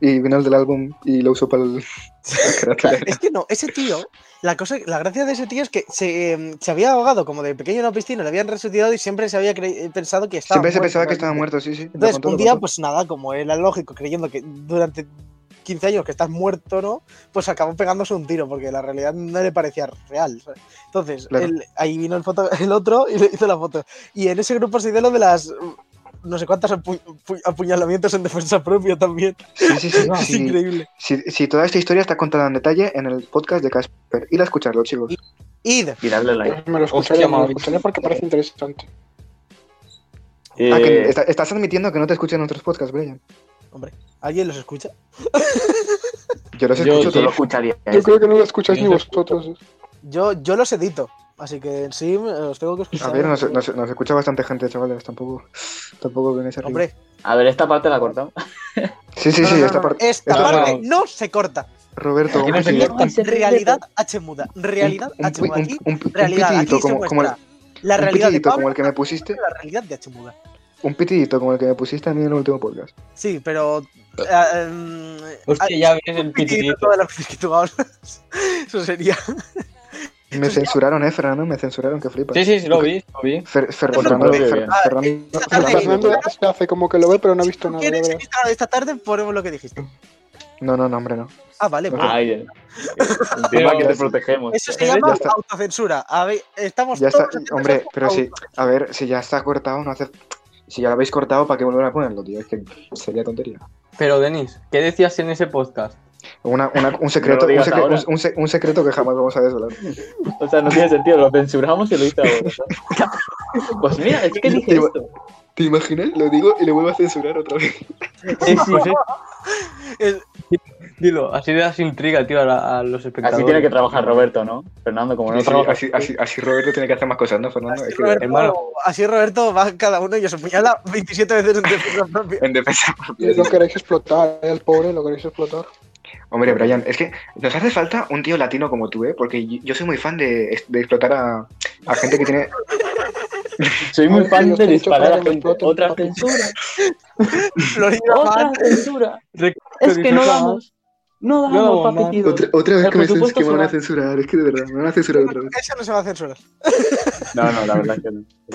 y vino el del álbum y lo usó para el... [laughs] Es que no, ese tío, la cosa, la gracia de ese tío es que se, eh, se había ahogado como de pequeño en una piscina, le habían resucitado y siempre se había cre- eh, pensado que estaba Siempre se muerto, pensaba realmente. que estaba muerto, sí, sí. lo Entonces, contó, un lo día, contó. pues nada, como era lógico, creyendo que durante 15 años que estás muerto, ¿no? Pues acabó pegándose un tiro, porque la realidad no le parecía real. ¿sabes? Entonces, Claro. él- ahí vino el, foto, el otro y le hizo la foto. Y en ese grupo se hizo lo de las uh, no sé cuántos apu- pu- apuñalamientos en defensa propia también. Sí, sí, [laughs] Ah, sí. es sí. increíble. Si, si toda esta historia está contada en detalle en el podcast de Casper, ir a escucharlo, chicos. Y de- Y darle like. Pues me lo escucharé, Hostia, me lo madre. escucharé porque parece interesante. Ah, que Eh, está- estás admitiendo que no te escuchan otros podcasts, Brian. ¿alguien los escucha? Yo los Yo- escucho yo- Tú todos. lo escucharías. Yo creo que no lo escucháis Yo ni te vosotros. Yo, yo los edito, así que en sí eh, los tengo que [laughs] escuchar. A ver, nos, nos- nos escucha bastante gente, chavales. Tampoco, tampoco vengáis arriba. Hombre, A ver, esta parte la cortamos. Sí, sí, no, sí, no, Eh, no, esta no, parte. esta esta- parte no se corta. Roberto, un, no se piti- corta. Realidad H muda. Realidad un- H muda. un- Aquí un- un- un realidad. Aquí pitidito se como, como, muestra La un realidad de pitidito Pablo como el que me está pusiste. la realidad de Achemuda. Un pitidito como el que me pusiste a mí en el último podcast. Sí, pero. eh, mm, Hostia, ya ves [laughs] el ah, y pitidito. todas las veces que tú hablas. [laughs] Eso sería. Me censuraron, eh, Fernando, me censuraron, que flipas. Sí, sí, sí, lo vi, lo vi. Fer- Fer- Por Fernando, favor, Fer- ah, Fernando- esta tarde- Fernando- Fernando se hace como que lo ve, pero no ha visto nada. ¿Quieres ya verás. esta, esta tarde ponemos lo que dijiste? No, no, no, hombre, no. Ah, vale. pues. [laughs] Ay, el tema que te protegemos. Eso se ya llama está. autocensura. A ver, estamos Ya está, todos haciendo hombre, eso. pero si, a ver, si ya está cortado, no hace. Si ya lo habéis cortado, ¿para qué volver a ponerlo, tío? Es que sería tontería. Pero, Denis, ¿qué decías en ese podcast? Una, una- un [laughs] secreto, No lo un, digas secre- ahora. un se- un secreto que jamás vamos a desvelar. O sea, no tiene sentido, lo censuramos y lo hice ahora. ¿sabes? Pues mira, es que dije esto. ¿Te imaginas? Lo digo y le vuelvo a censurar otra vez. Sí, sí, [laughs] sí. Es- Dilo, así le das intriga, tío, a, la- a los espectadores. Así tiene que trabajar Roberto, ¿no? Fernando, como no trabaja. así, así, así Roberto tiene que hacer más cosas, ¿no, Fernando? Así Es que- Roberto, hermano. así Roberto va cada uno y os apuñala 27 veces en defensa [laughs] propia. En defensa propia. Lo queréis explotar, el pobre, lo queréis explotar. Hombre, Brian, es que nos hace falta un tío latino como tú, ¿eh? Porque yo- yo soy muy fan de, de explotar a, a gente que [laughs] tiene... Soy muy fan de disparar a Otra gente. Otra censura. Florida Otra Man, censura. Rec- Es que no Rec- damos. No No, damos, man. papitido. otra vez El que me cens- presupuesto que me van a será- censurar, es que de verdad, me van a censurar Eso no se va a censurar. No, no, la verdad es que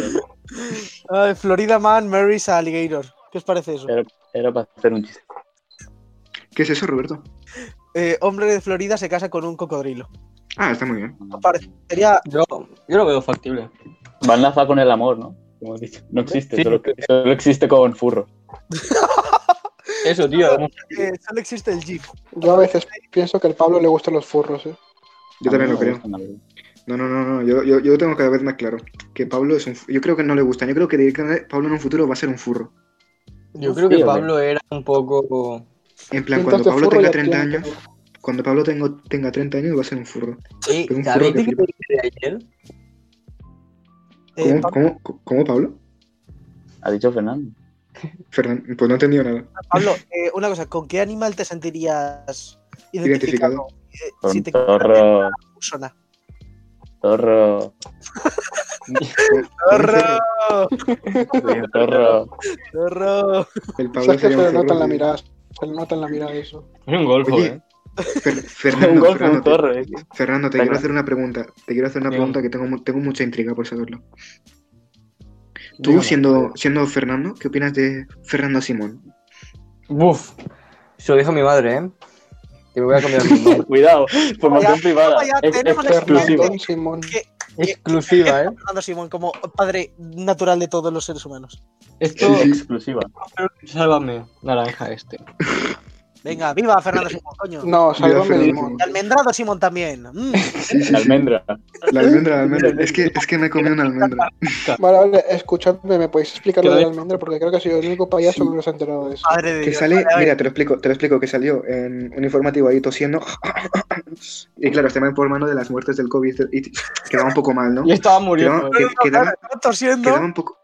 no. Ay, Florida Man, Mary's Alligator. ¿Qué os parece eso? Era para hacer un chiste. ¿Qué es eso, Roberto? Eh, hombre de Florida se casa con un cocodrilo. Ah, está muy bien. Sería Yo, yo lo veo factible. Va enlazado con el amor, ¿no? Como he dicho. No existe, Sí. solo, solo existe con furro. [laughs] Eso, tío. Eh, solo existe el Jeep. Yo a veces pienso que al Pablo le gustan los furros, ¿eh? Yo A mí también Ah, no me lo creo. gustan, la verdad. No, no, no, no. Yo, yo, yo lo tengo cada vez más claro. Que Pablo es un... fu- Yo creo que no le gusta. Yo creo que directamente Pablo en un futuro va a ser un furro. Yo creo que Sí, hombre. Pablo era un poco. En plan, Pintas cuando de Pablo furro tenga ya 30 tiene. años... Cuando Pablo tengo- tenga 30 años va a ser un furro. Sí, Pero un ¿sabéis de furro que qué me enteré ayer? Eh, ¿Cómo, Pa- cómo, cómo, Pablo? Ha dicho Fernando. Fernán, pues no he entendido nada. Pablo, eh, una cosa, ¿con qué animal te sentirías identificado? Identificado. Eh, Con si te conviertes en torro. una persona. Torro. Con- con Pues, un furro. Torro. Torro. El O sea, Pablo es que se sería le un nota en la furro. tío. mirada, se le nota en la mirada eso. Es un golfo, Oye, ¿eh? [laughs] Fer- Un Fernando, golpe, un Fernando, te, torro. eh. Fernando, te Venga. quiero hacer una pregunta. Te quiero hacer una Dígame. pregunta que tengo, mu- tengo mucha intriga por saberlo. Tú, Dígame. siendo, siendo Fernando, ¿qué opinas de Fernando Simón? Buf. Se lo dijo mi madre, ¿eh? Que me voy a cambiar mi [laughs] nombre. Cuidado, formación privada. ya Ex- tenemos la exclusiva. siguiente. Fernando Simón. Exclusiva, ¿eh? Fernando Simón como padre natural de todos los seres humanos. Esto Sí, sí. Exclusiva. Sálvame, naranja este. Venga, viva Fernando Eh, Simón, coño. No, sálvame Fernando limón. Simón. Y Almendrado Simón también. Mm, Sí, sí, La sí. almendra. La almendra, la almendra. Es que, es que me comí una almendra. Vale, vale, escuchadme, ¿me podéis explicar lo Que de lo la almendra? Porque creo que soy el único payaso Sí. que no se ha enterado de eso. madre de Que Dios. sale, Vale, a ver, mira, te lo explico, te lo explico, que salió en un informativo ahí tosiendo. Y claro, estaba informando de las muertes del COVID y quedaba un poco mal, ¿no? Y estaba Quedaba, muriendo. no, no, que- quedaba, no, tosiendo. quedaba un poco...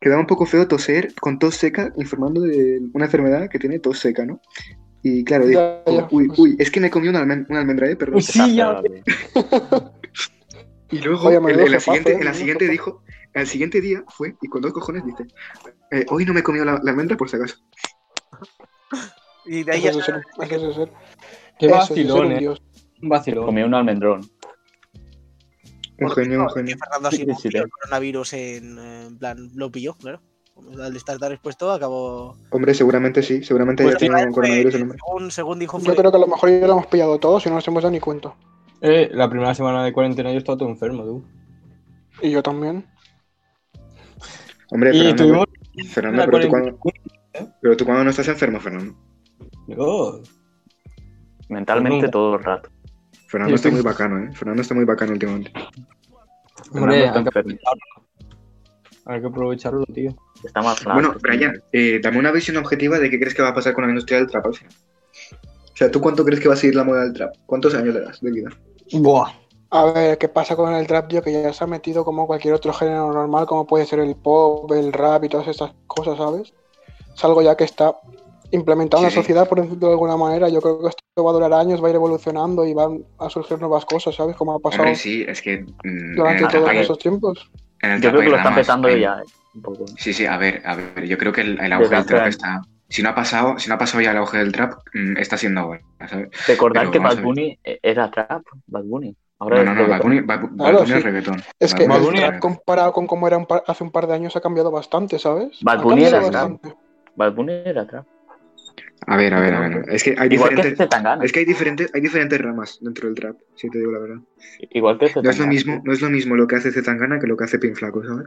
Quedaba un poco feo toser con tos seca, informando de una enfermedad que tiene tos seca, ¿no? Y claro, dijo, Ya, ya, uy, pues, uy, es que me comí una, almen- una almendra, ¿eh? Perdón. Uy, sí, ya. Y luego, Vaya, me el, lo el dejo, siguiente, Paco, el me lo siguiente dejo, dijo, al siguiente día fue, y con dos cojones dice, eh, hoy no me he comido la, la almendra por si acaso. Y de ahí ya eso es de ser- eso es de ser- Qué eso es de ser un vacilón, ¿eh? dios. Un vacilón. Comí un almendrón. Un Porque, genio, un no, genio. que Fernando Sí, Simón sí, sí, pilló el sí. coronavirus en, eh, en plan, lo pilló, claro. Al estar tan expuesto, acabó. Hombre, seguramente sí, seguramente Pues ya tiene un coronavirus el hombre. según, según dijo, Yo fue- creo que a lo mejor ya lo hemos pillado todos y no nos hemos dado ni cuenta. Eh, la primera semana de cuarentena yo estaba todo enfermo, tú. Y yo también. Hombre, Y Fernando, tuvimos Fernando, una pero, tú cuarentena. cuando, ¿eh? pero tú cuando no estás enfermo, Fernando. Oh, Mentalmente Nunca. todo el rato. Fernando Sí, está sí. muy bacano, ¿eh? Fernando está muy bacano últimamente. hombre, Fernando está hay que enfermo. aprovecharlo. Hay que aprovecharlo, tío. Está más Ah, flaco. pues Bueno, Brian, eh, dame una visión objetiva de qué crees que va a pasar con la industria del trap al final. O sea, ¿tú cuánto crees que va a seguir la moda del trap? ¿Cuántos años le das de vida? Buah. A ver, ¿qué pasa con el trap, tío? Que ya se ha metido como cualquier otro género normal, como puede ser el pop, el rap y todas estas cosas, ¿sabes? Es algo ya que está implementar una Sí. sociedad, por decirlo de alguna manera. Yo creo que esto va a durar años, va a ir evolucionando y van a surgir nuevas cosas, ¿sabes? Como ha pasado Hombre, sí, es que. mm, en durante el todos Tapa- esos tiempos. en el Yo creo Tapa que lo nada están más, pesando en- ya. eh, Un poco. Sí, sí, a ver, a ver, yo creo que el, el auge del trap Desgastan. está. Si no ha pasado, si no ha pasado ya el auge del trap, mm, está siendo ahora, ¿sabes? Recordad Pero que vamos Bad a Bunny eh, era trap, Bad Bunny. Ahora No, es no, no, reggaetón. Bad Bunny, Bad, Bad Claro, Bunny es sí. reggaetón. Es Bad que Bunny el Bunny- trap comparado con cómo era un par- hace un par de años ha cambiado bastante, ¿sabes? Bad Ha Bunny era cambiado el trap. bastante. Bad Bunny era trap. A ver, a ver, a ver. Es que hay Igual que diferentes. este Tangana. Es que hay diferentes, hay diferentes ramas dentro del trap, si te digo la verdad. Igual que este No es lo Tangana. mismo, no es lo mismo lo que hace Zetangana que lo que hace Pin Flaco, ¿sabes?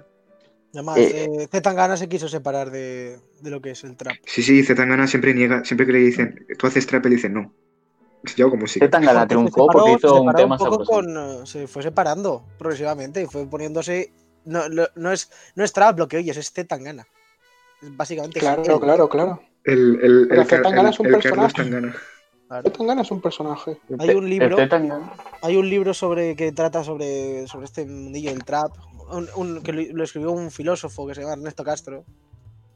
Además, Eh, eh, Zetangana se quiso separar de, de lo que es el trap. Sí, sí, Zetangana siempre niega, siempre que le dicen, tú haces trap, él dice no. Yo hago música. Este Tangana Porque se triunfó separó- porque se hizo un separó tema poco sabroso. con, eh, se fue separando progresivamente y fue poniéndose. No, no, no es, no es trap lo que oyes, es Zetangana. Es Básicamente. Claro, claro, claro. El, el, el, Pero Car- Zetangana el- es un el Carlos personaje. Tangana. claro. Zetangana es un personaje. Hay un libro- Este Tangana. Hay un libro sobre que trata sobre, sobre este mundillo del trap, un- un- que lo, lo escribió un filósofo que se llama Ernesto Castro.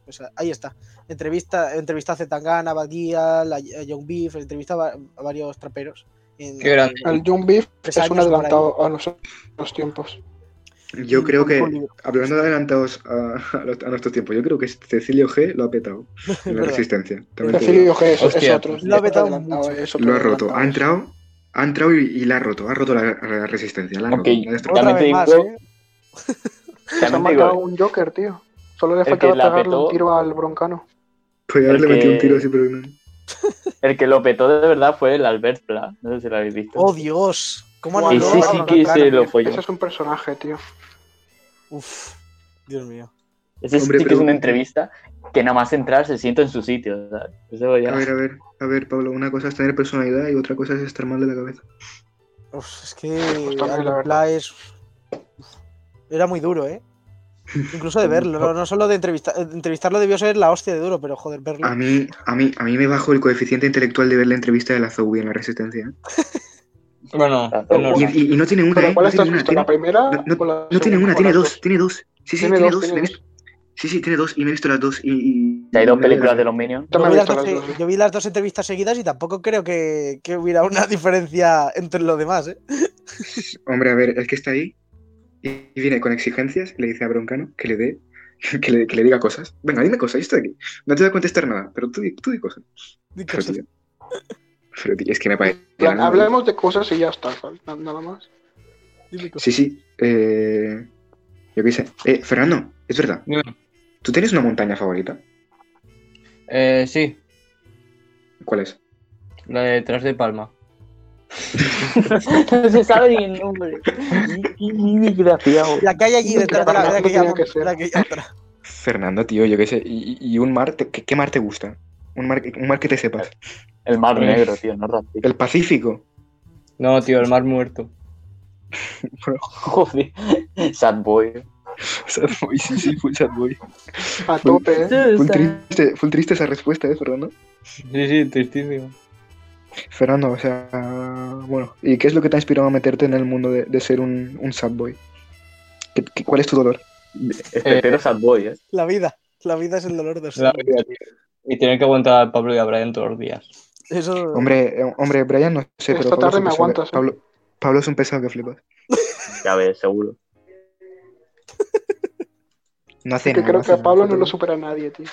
O sea, ahí está. Entrevista, entrevista a Zetangana, a Bad Gyal, a a Young Beef, entrevista a, va- a varios traperos. En- Qué grande. en El Young Beef tres es un años por ahí. [laughs] adelantado a nuestros tiempos. Yo creo que, Un libro. hablando de adelantados a, a los- a nuestro tiempo, yo creo que Cecilio G lo [laughs] ha petado en la verdad. resistencia. También te digo. Cecilio G es, es Hostia. otro. Lo ha es vetado adelantado, mucho. es otro Lo ha roto, adelantado. ha entrado, ha entrado y, y la ha roto, ha roto la, la resistencia, la ha roto, Ok, la ha destrozado. Otra También te vez más, digo- ¿eh? Se ha También te marcado digo, un Joker, tío. Solo le que faltaba la pegarle un petó- tiro al broncano. Podría haberle Porque- metido un tiro así, pero no. el que lo petó de verdad fue el Albert Pla. No sé si lo habéis visto. ¡Oh, Dios! ¿Cómo Y anuló sí, a sí Broncano? que se lo folló. Ese es un personaje, tío. Uf, Dios mío. Ese sí Hombre, que pero- es una entrevista que nada más entrar se sienta en su sitio. ¿sabes? Eso ya- A ver, a ver, a ver, Pablo, una cosa es tener personalidad y otra cosa es estar mal de la cabeza. Uf, es que también, la Albert Pla es... Era muy duro, ¿eh? Incluso de verlo, no, No solo de entrevistar, entrevistarlo debió ser la hostia de duro, pero joder, verlo. A mí, a mí, a mí me bajó el coeficiente intelectual de ver la entrevista de la Zoe en la resistencia. Bueno, Ah, es no, Y, normal. y- y no tiene una, ¿Pero ¿eh? cuál No estás tiene una, visto? tiene, ¿La primera? no- o la no tiene segunda? una, ¿O tiene las dos, tiene dos. Sí, sí, Tiene tiene, dos, dos. tiene le he dos. visto- Sí, sí, tiene dos y me he visto las dos. Y, y- Hay dos y- películas de los Minions. Yo Yo me he vi, las visto dos, e- las dos. yo vi las dos entrevistas seguidas y tampoco creo que, que hubiera una diferencia entre los demás, ¿eh? Hombre, a ver, el que está ahí y y viene con exigencias y le dice a Broncano que le dé, [laughs] que le, que le diga cosas. Venga, dime cosas, yo estoy aquí. No te voy a contestar nada, pero tú, di- tú di cosas. Ni Pero, cosas. tío, pero, tío, es que me parece. En plan, Hablemos de cosas y ya está, ¿sabes? Na- nada más. Dime cosas. Sí, sí. eh, yo qué sé. Eh, Fernando, es verdad. Dime. ¿Tú tienes una montaña favorita? Eh, sí, ¿Cuál es? la de detrás de Palma. no se sabe ni el nombre. Qué- qué Desgraciado. La que hay allí detrás de la, de la que Tenía llaman, que ser. de la que hay atrás. Fernando, tío, yo qué sé. ¿Y, y- y un mar? te- ¿qué, qué mar te gusta? Un mar, un mar que te sepas. El mar negro, tío, no racista. Eh, El Pacífico. [laughs] No, tío, el mar muerto. [laughs] Joder. Sad boy. Sad boy, sí, sí, full sad boy. A tope, ¿eh? Full triste, full triste esa respuesta, ¿eh, Fernando? Sí, sí, tristísimo. Fernando, o sea, bueno, ¿y qué es lo que te ha inspirado a meterte en el mundo de, de ser un, un sad boy? ¿Qué- qué- cuál es tu dolor? Este pero sad boy, ¿eh? La vida. La vida es el dolor de La ser. vida, tío. Y tener que aguantar a Pablo y a Brian todos los días. Eso. Hombre, eh, hombre, Brian, no sé, pero Esta Pablo, es tarde un me pesado, aguantas, ¿eh? Pablo, Pablo es un pesado que flipas. Ya ves, seguro. No hace Que nada, creo hace que a nada, Pablo hace no lo nada. supera nadie, tío.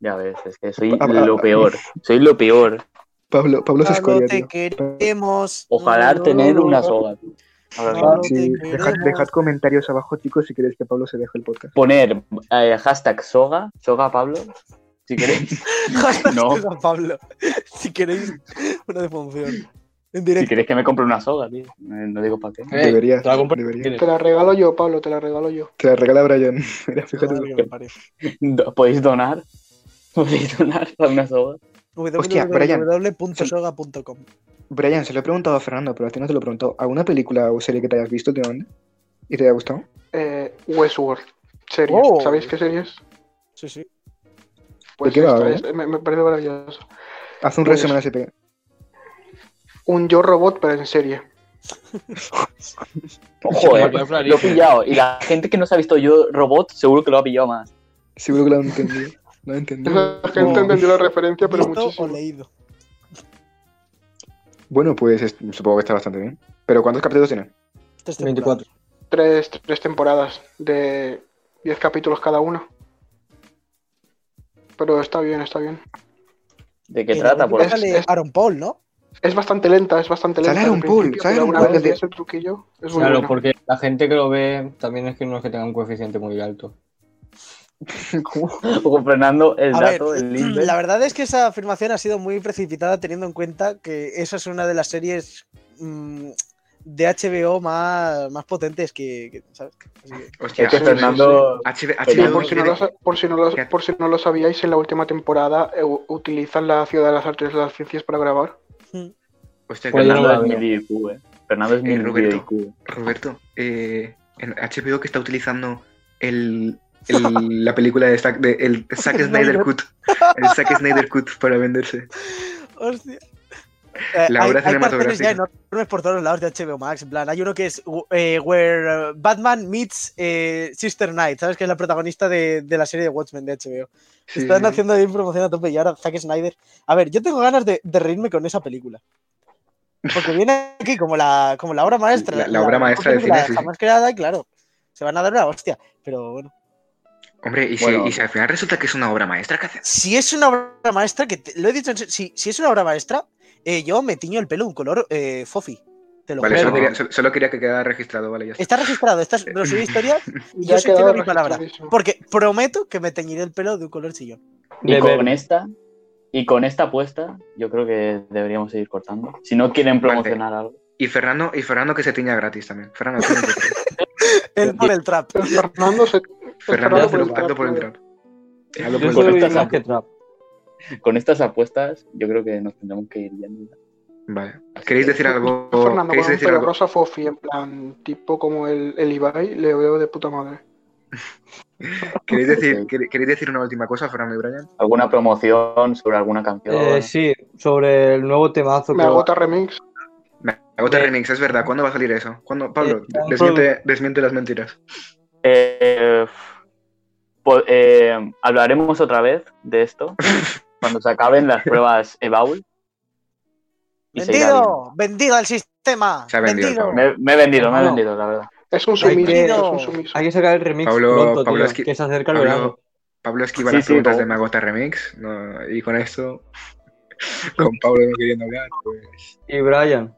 Ya ves, es que soy Ah, ah, lo ah. peor. Soy lo peor. Pablo, Pablo es Pablo, escoria, te tío. queremos. Ojalá [laughs] tener una soga. tío. Ahora mismo. Pablo, Sí, te dejad, queremos. dejad comentarios abajo, chicos, si queréis que Pablo se deje el podcast. Poner eh, hashtag soga, soga Pablo, si queréis. No. Oiga, Pablo, si queréis una defunción en Si directo. queréis que me compre una soga, tío. Eh, No digo para qué. Eh, Deberías, te la compro- deberías. Te la regalo yo, Pablo, te la regalo yo. Te la regala Brian. [laughs] Mira, fíjate. Madre que me parió. Do- Podéis donar. [laughs] Podéis donar para una soga. Hostia, Brian. www.soga.com Brian, se lo he preguntado a Fernando, pero a ti no te lo he preguntado. ¿Alguna película o serie que te hayas visto últimamente? ¿Y te haya gustado? Eh, Westworld. Serie. Oh. ¿Sabéis qué serie es? Sí, sí. Pues qué va, esta eh? es- me, me parece maravilloso. Haz un Pues- resumen así pe- Un yo robot, pero en serie. Joder, eh, Me quedó lo he clarísimo. pillado. Y la gente que no se ha visto yo robot, seguro que lo ha pillado más. Seguro que lo han entendido. No entendí. [laughs] La Oh. gente entendió la referencia, pero ¿Visto Mm. o muchísimo. leído? Bueno, pues es- supongo que está bastante bien. Pero ¿cuántos capítulos tiene? Tres temporadas. 24. Tres, tres temporadas de 10 capítulos cada una. Pero está bien, está bien. ¿De qué Eh, trata? la Por película sale Es- es- Aaron Paul, ¿no? Es bastante lenta, es bastante lenta. Sale al un pool, principio, sale pero un una pool vez de- ves el truquillo, es muy Claro, bueno. porque la gente que lo ve también es que no es que tenga un coeficiente muy alto. con [laughs] Fernando el A ver, dato [clears throat] del Lindbergh. la verdad es que esa afirmación ha sido muy precipitada teniendo en cuenta que esa es una de las series mm, de HBO más, más potentes que, que- ¿sabes? Así que- [laughs] Hostia, Es que sí, Fernando H- Sí, HBO por, si no lo, sa- por si no lo- que- por si no lo sabíais, en la última temporada eh, u- utilizan la ciudad de las artes y las ciencias para grabar. Hostia, Pues yo no Fernando la es veo. mil IQ, eh. Fernando es Eh, mil Roberto. IQ. Roberto, eh, en HBO que está utilizando el, el- [laughs] la película de, Zack- de- [laughs] el Zack Snyder Cut. El Zack Snyder Cut para [laughs] venderse. Hostia. Eh, La hay, obra hay carteles ya cinematográfica. enormes por todos los lados de HBO Max. En plan, hay uno que es eh, Where Batman Meets eh, Sister Knight, ¿sabes? Que es la protagonista de, de la serie de Watchmen de HBO. Sí, Están sí, sí. haciendo ahí promoción a tope y ahora Zack Snyder. A ver, yo tengo ganas de, de reírme con esa película. Porque viene aquí como la, como la obra maestra. La- la obra maestra del película cine, sí, sí. Jamás creada, y claro. Se van a dar una hostia. Pero bueno. Hombre, y si, Bueno. y si al final resulta que es una obra maestra, ¿qué hace? Si es una obra maestra, que te- lo he dicho, en se- si, si es una obra maestra, eh, yo me tiño el pelo un color eh, fofi. Te lo Vale, juro. solo quería, solo- solo quería que quedara registrado, vale, ya está. Está registrado, esta es lo subí a historia y Ya yo ha sostengo quedado mi palabra. registradísimo. Porque prometo que me teñiré el pelo de un color chillón. Y De con ver. esta, y con esta apuesta, yo creo que deberíamos seguir cortando. Si no quieren promocionar algo. Y Fernando, y Fernando que se tiña gratis también. Fernando, tú no te [laughs] creas. El por el trap. El Fernando se. el Pues Fernando, hazlo Fernando por, hazlo por el trap. trap. Hazlo Yo por soy el más trap. que trap. Con estas apuestas, yo creo que nos tendremos que ir yendo. Vale. ¿Queréis decir algo? Fernando ¿Queréis con un decir pelo algo? rosa fofi, en plan, tipo como el, el Ibai, le veo de puta madre. ¿Queréis decir, quer- ¿Queréis decir una última cosa, Fernando y Brian? ¿Alguna promoción sobre alguna canción? Eh, sí, sobre el nuevo temazo que Me agota remix. Me agota Eh, remix, es verdad. ¿Cuándo va a salir eso? ¿Cuándo, Pablo? eh, un desmiente, desmiente las mentiras. Eh, po- eh, hablaremos otra vez de esto cuando se acaben las pruebas EBAUL. Y se irá ¡Vendido! ¡Vendido al sistema! Se ha vendido el ¡Vendido! bien. Me, me he vendido, me he Hermano. vendido, la verdad. Es un Hay sumiso, que- es un sumiso. Hay que sacar el remix Pablo- pronto, Pablo, tío, es que- que se acerca el Pablo- verano. Pablo esquiva Sí, las sí, preguntas Pablo. de Me agota remix. no, y con esto, con Pablo no queriendo hablar, pues. Y Brian,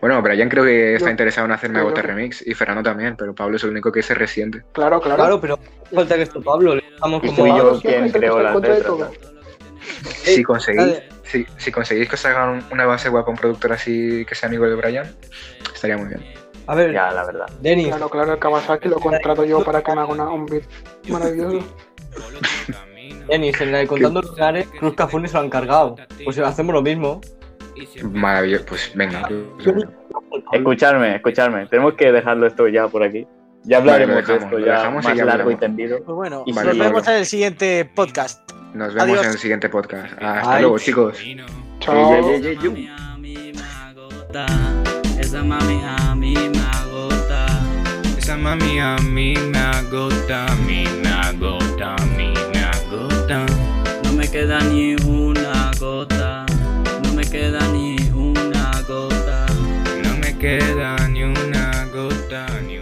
Bueno, Brian creo que está Yo- interesado en hacer Me yo- agota yo- remix. Y Fernando también, pero Pablo es el único que se resiente. Claro, claro. claro, pero no falta que esto, Pablo, le estamos Y como... fui yo Pablo siempre quien es el que creó está en las contra de letras. todo. ¿no? Si conseguís, Dale. si, si conseguís que os hagan un- una base guapa, un productor así que sea amigo de Brian, estaría muy bien. A ver, Ya, la verdad. Denis, Claro, claro, el Kawasaki lo contrato yo para que me haga una, un beat maravilloso. [laughs] Denis, en la de Contando Lugares, Cruz Cafone se lo han cargado. Pues hacemos lo mismo. Maravilloso, pues venga. Escuchadme, escuchadme. Tenemos que dejarlo esto ya por aquí. Ya Vale, hablaremos lo dejamos, de lo esto ya dejamos y más ya largo y hablamos. tendido. Pues bueno, Y Vale, nos vemos Pablo. en el siguiente podcast. Nos vemos Adiós. en el siguiente podcast. Hasta Ay. luego, chicos. Chao. Esa mami a mí me agota. Esa mami a mí me agota. Esa mami a mí me agota. A mí me agota, a mí me agota. No me queda ni una gota. No me queda ni una gota. No me queda ni una gota. Ni